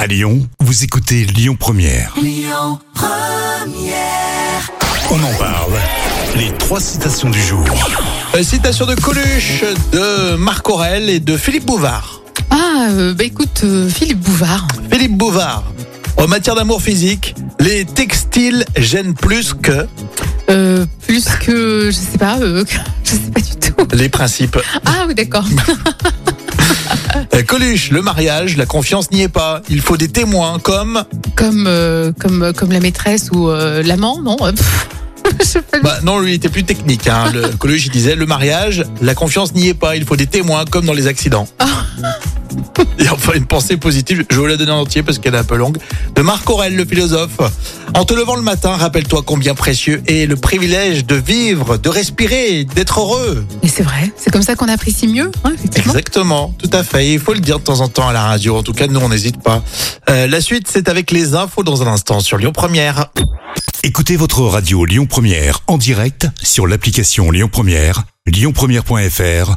À Lyon, vous écoutez Lyon Première. On en parle. Les trois citations du jour. Euh, Citation de Coluche, de Marc Aurel et de Philippe Bouvard. Ah, euh, bah écoute, euh, Philippe Bouvard. Philippe Bouvard, en matière d'amour physique, les textiles gênent plus que Euh, plus que, je sais pas, euh, que- je sais pas du tout. les principes. Ah oui, d'accord. Euh, Coluche, le mariage, la confiance n'y est pas. Il faut des témoins comme... Comme, euh, comme, comme la maîtresse ou euh, l'amant, non Euh, pff, Je sais pas. Bah non, lui, il était plus technique. hein. Le, Coluche, il disait, le mariage, la confiance n'y est pas. Il faut des témoins comme dans les accidents. Et enfin, une pensée positive, je vais vous la donner en entier parce qu'elle est un peu longue, de Marc Aurel, le philosophe. En te levant le matin, rappelle-toi combien précieux est le privilège de vivre, de respirer, d'être heureux. Mais c'est vrai, c'est comme ça qu'on apprécie mieux, hein, effectivement. Exactement, tout à fait. Il faut le dire de temps en temps à la radio. En tout cas, nous, on n'hésite pas. Euh, la suite, c'est avec les infos dans un instant sur Lyon Première. Écoutez votre radio Lyon Première en direct sur l'application Lyon Première, lyonpremière.fr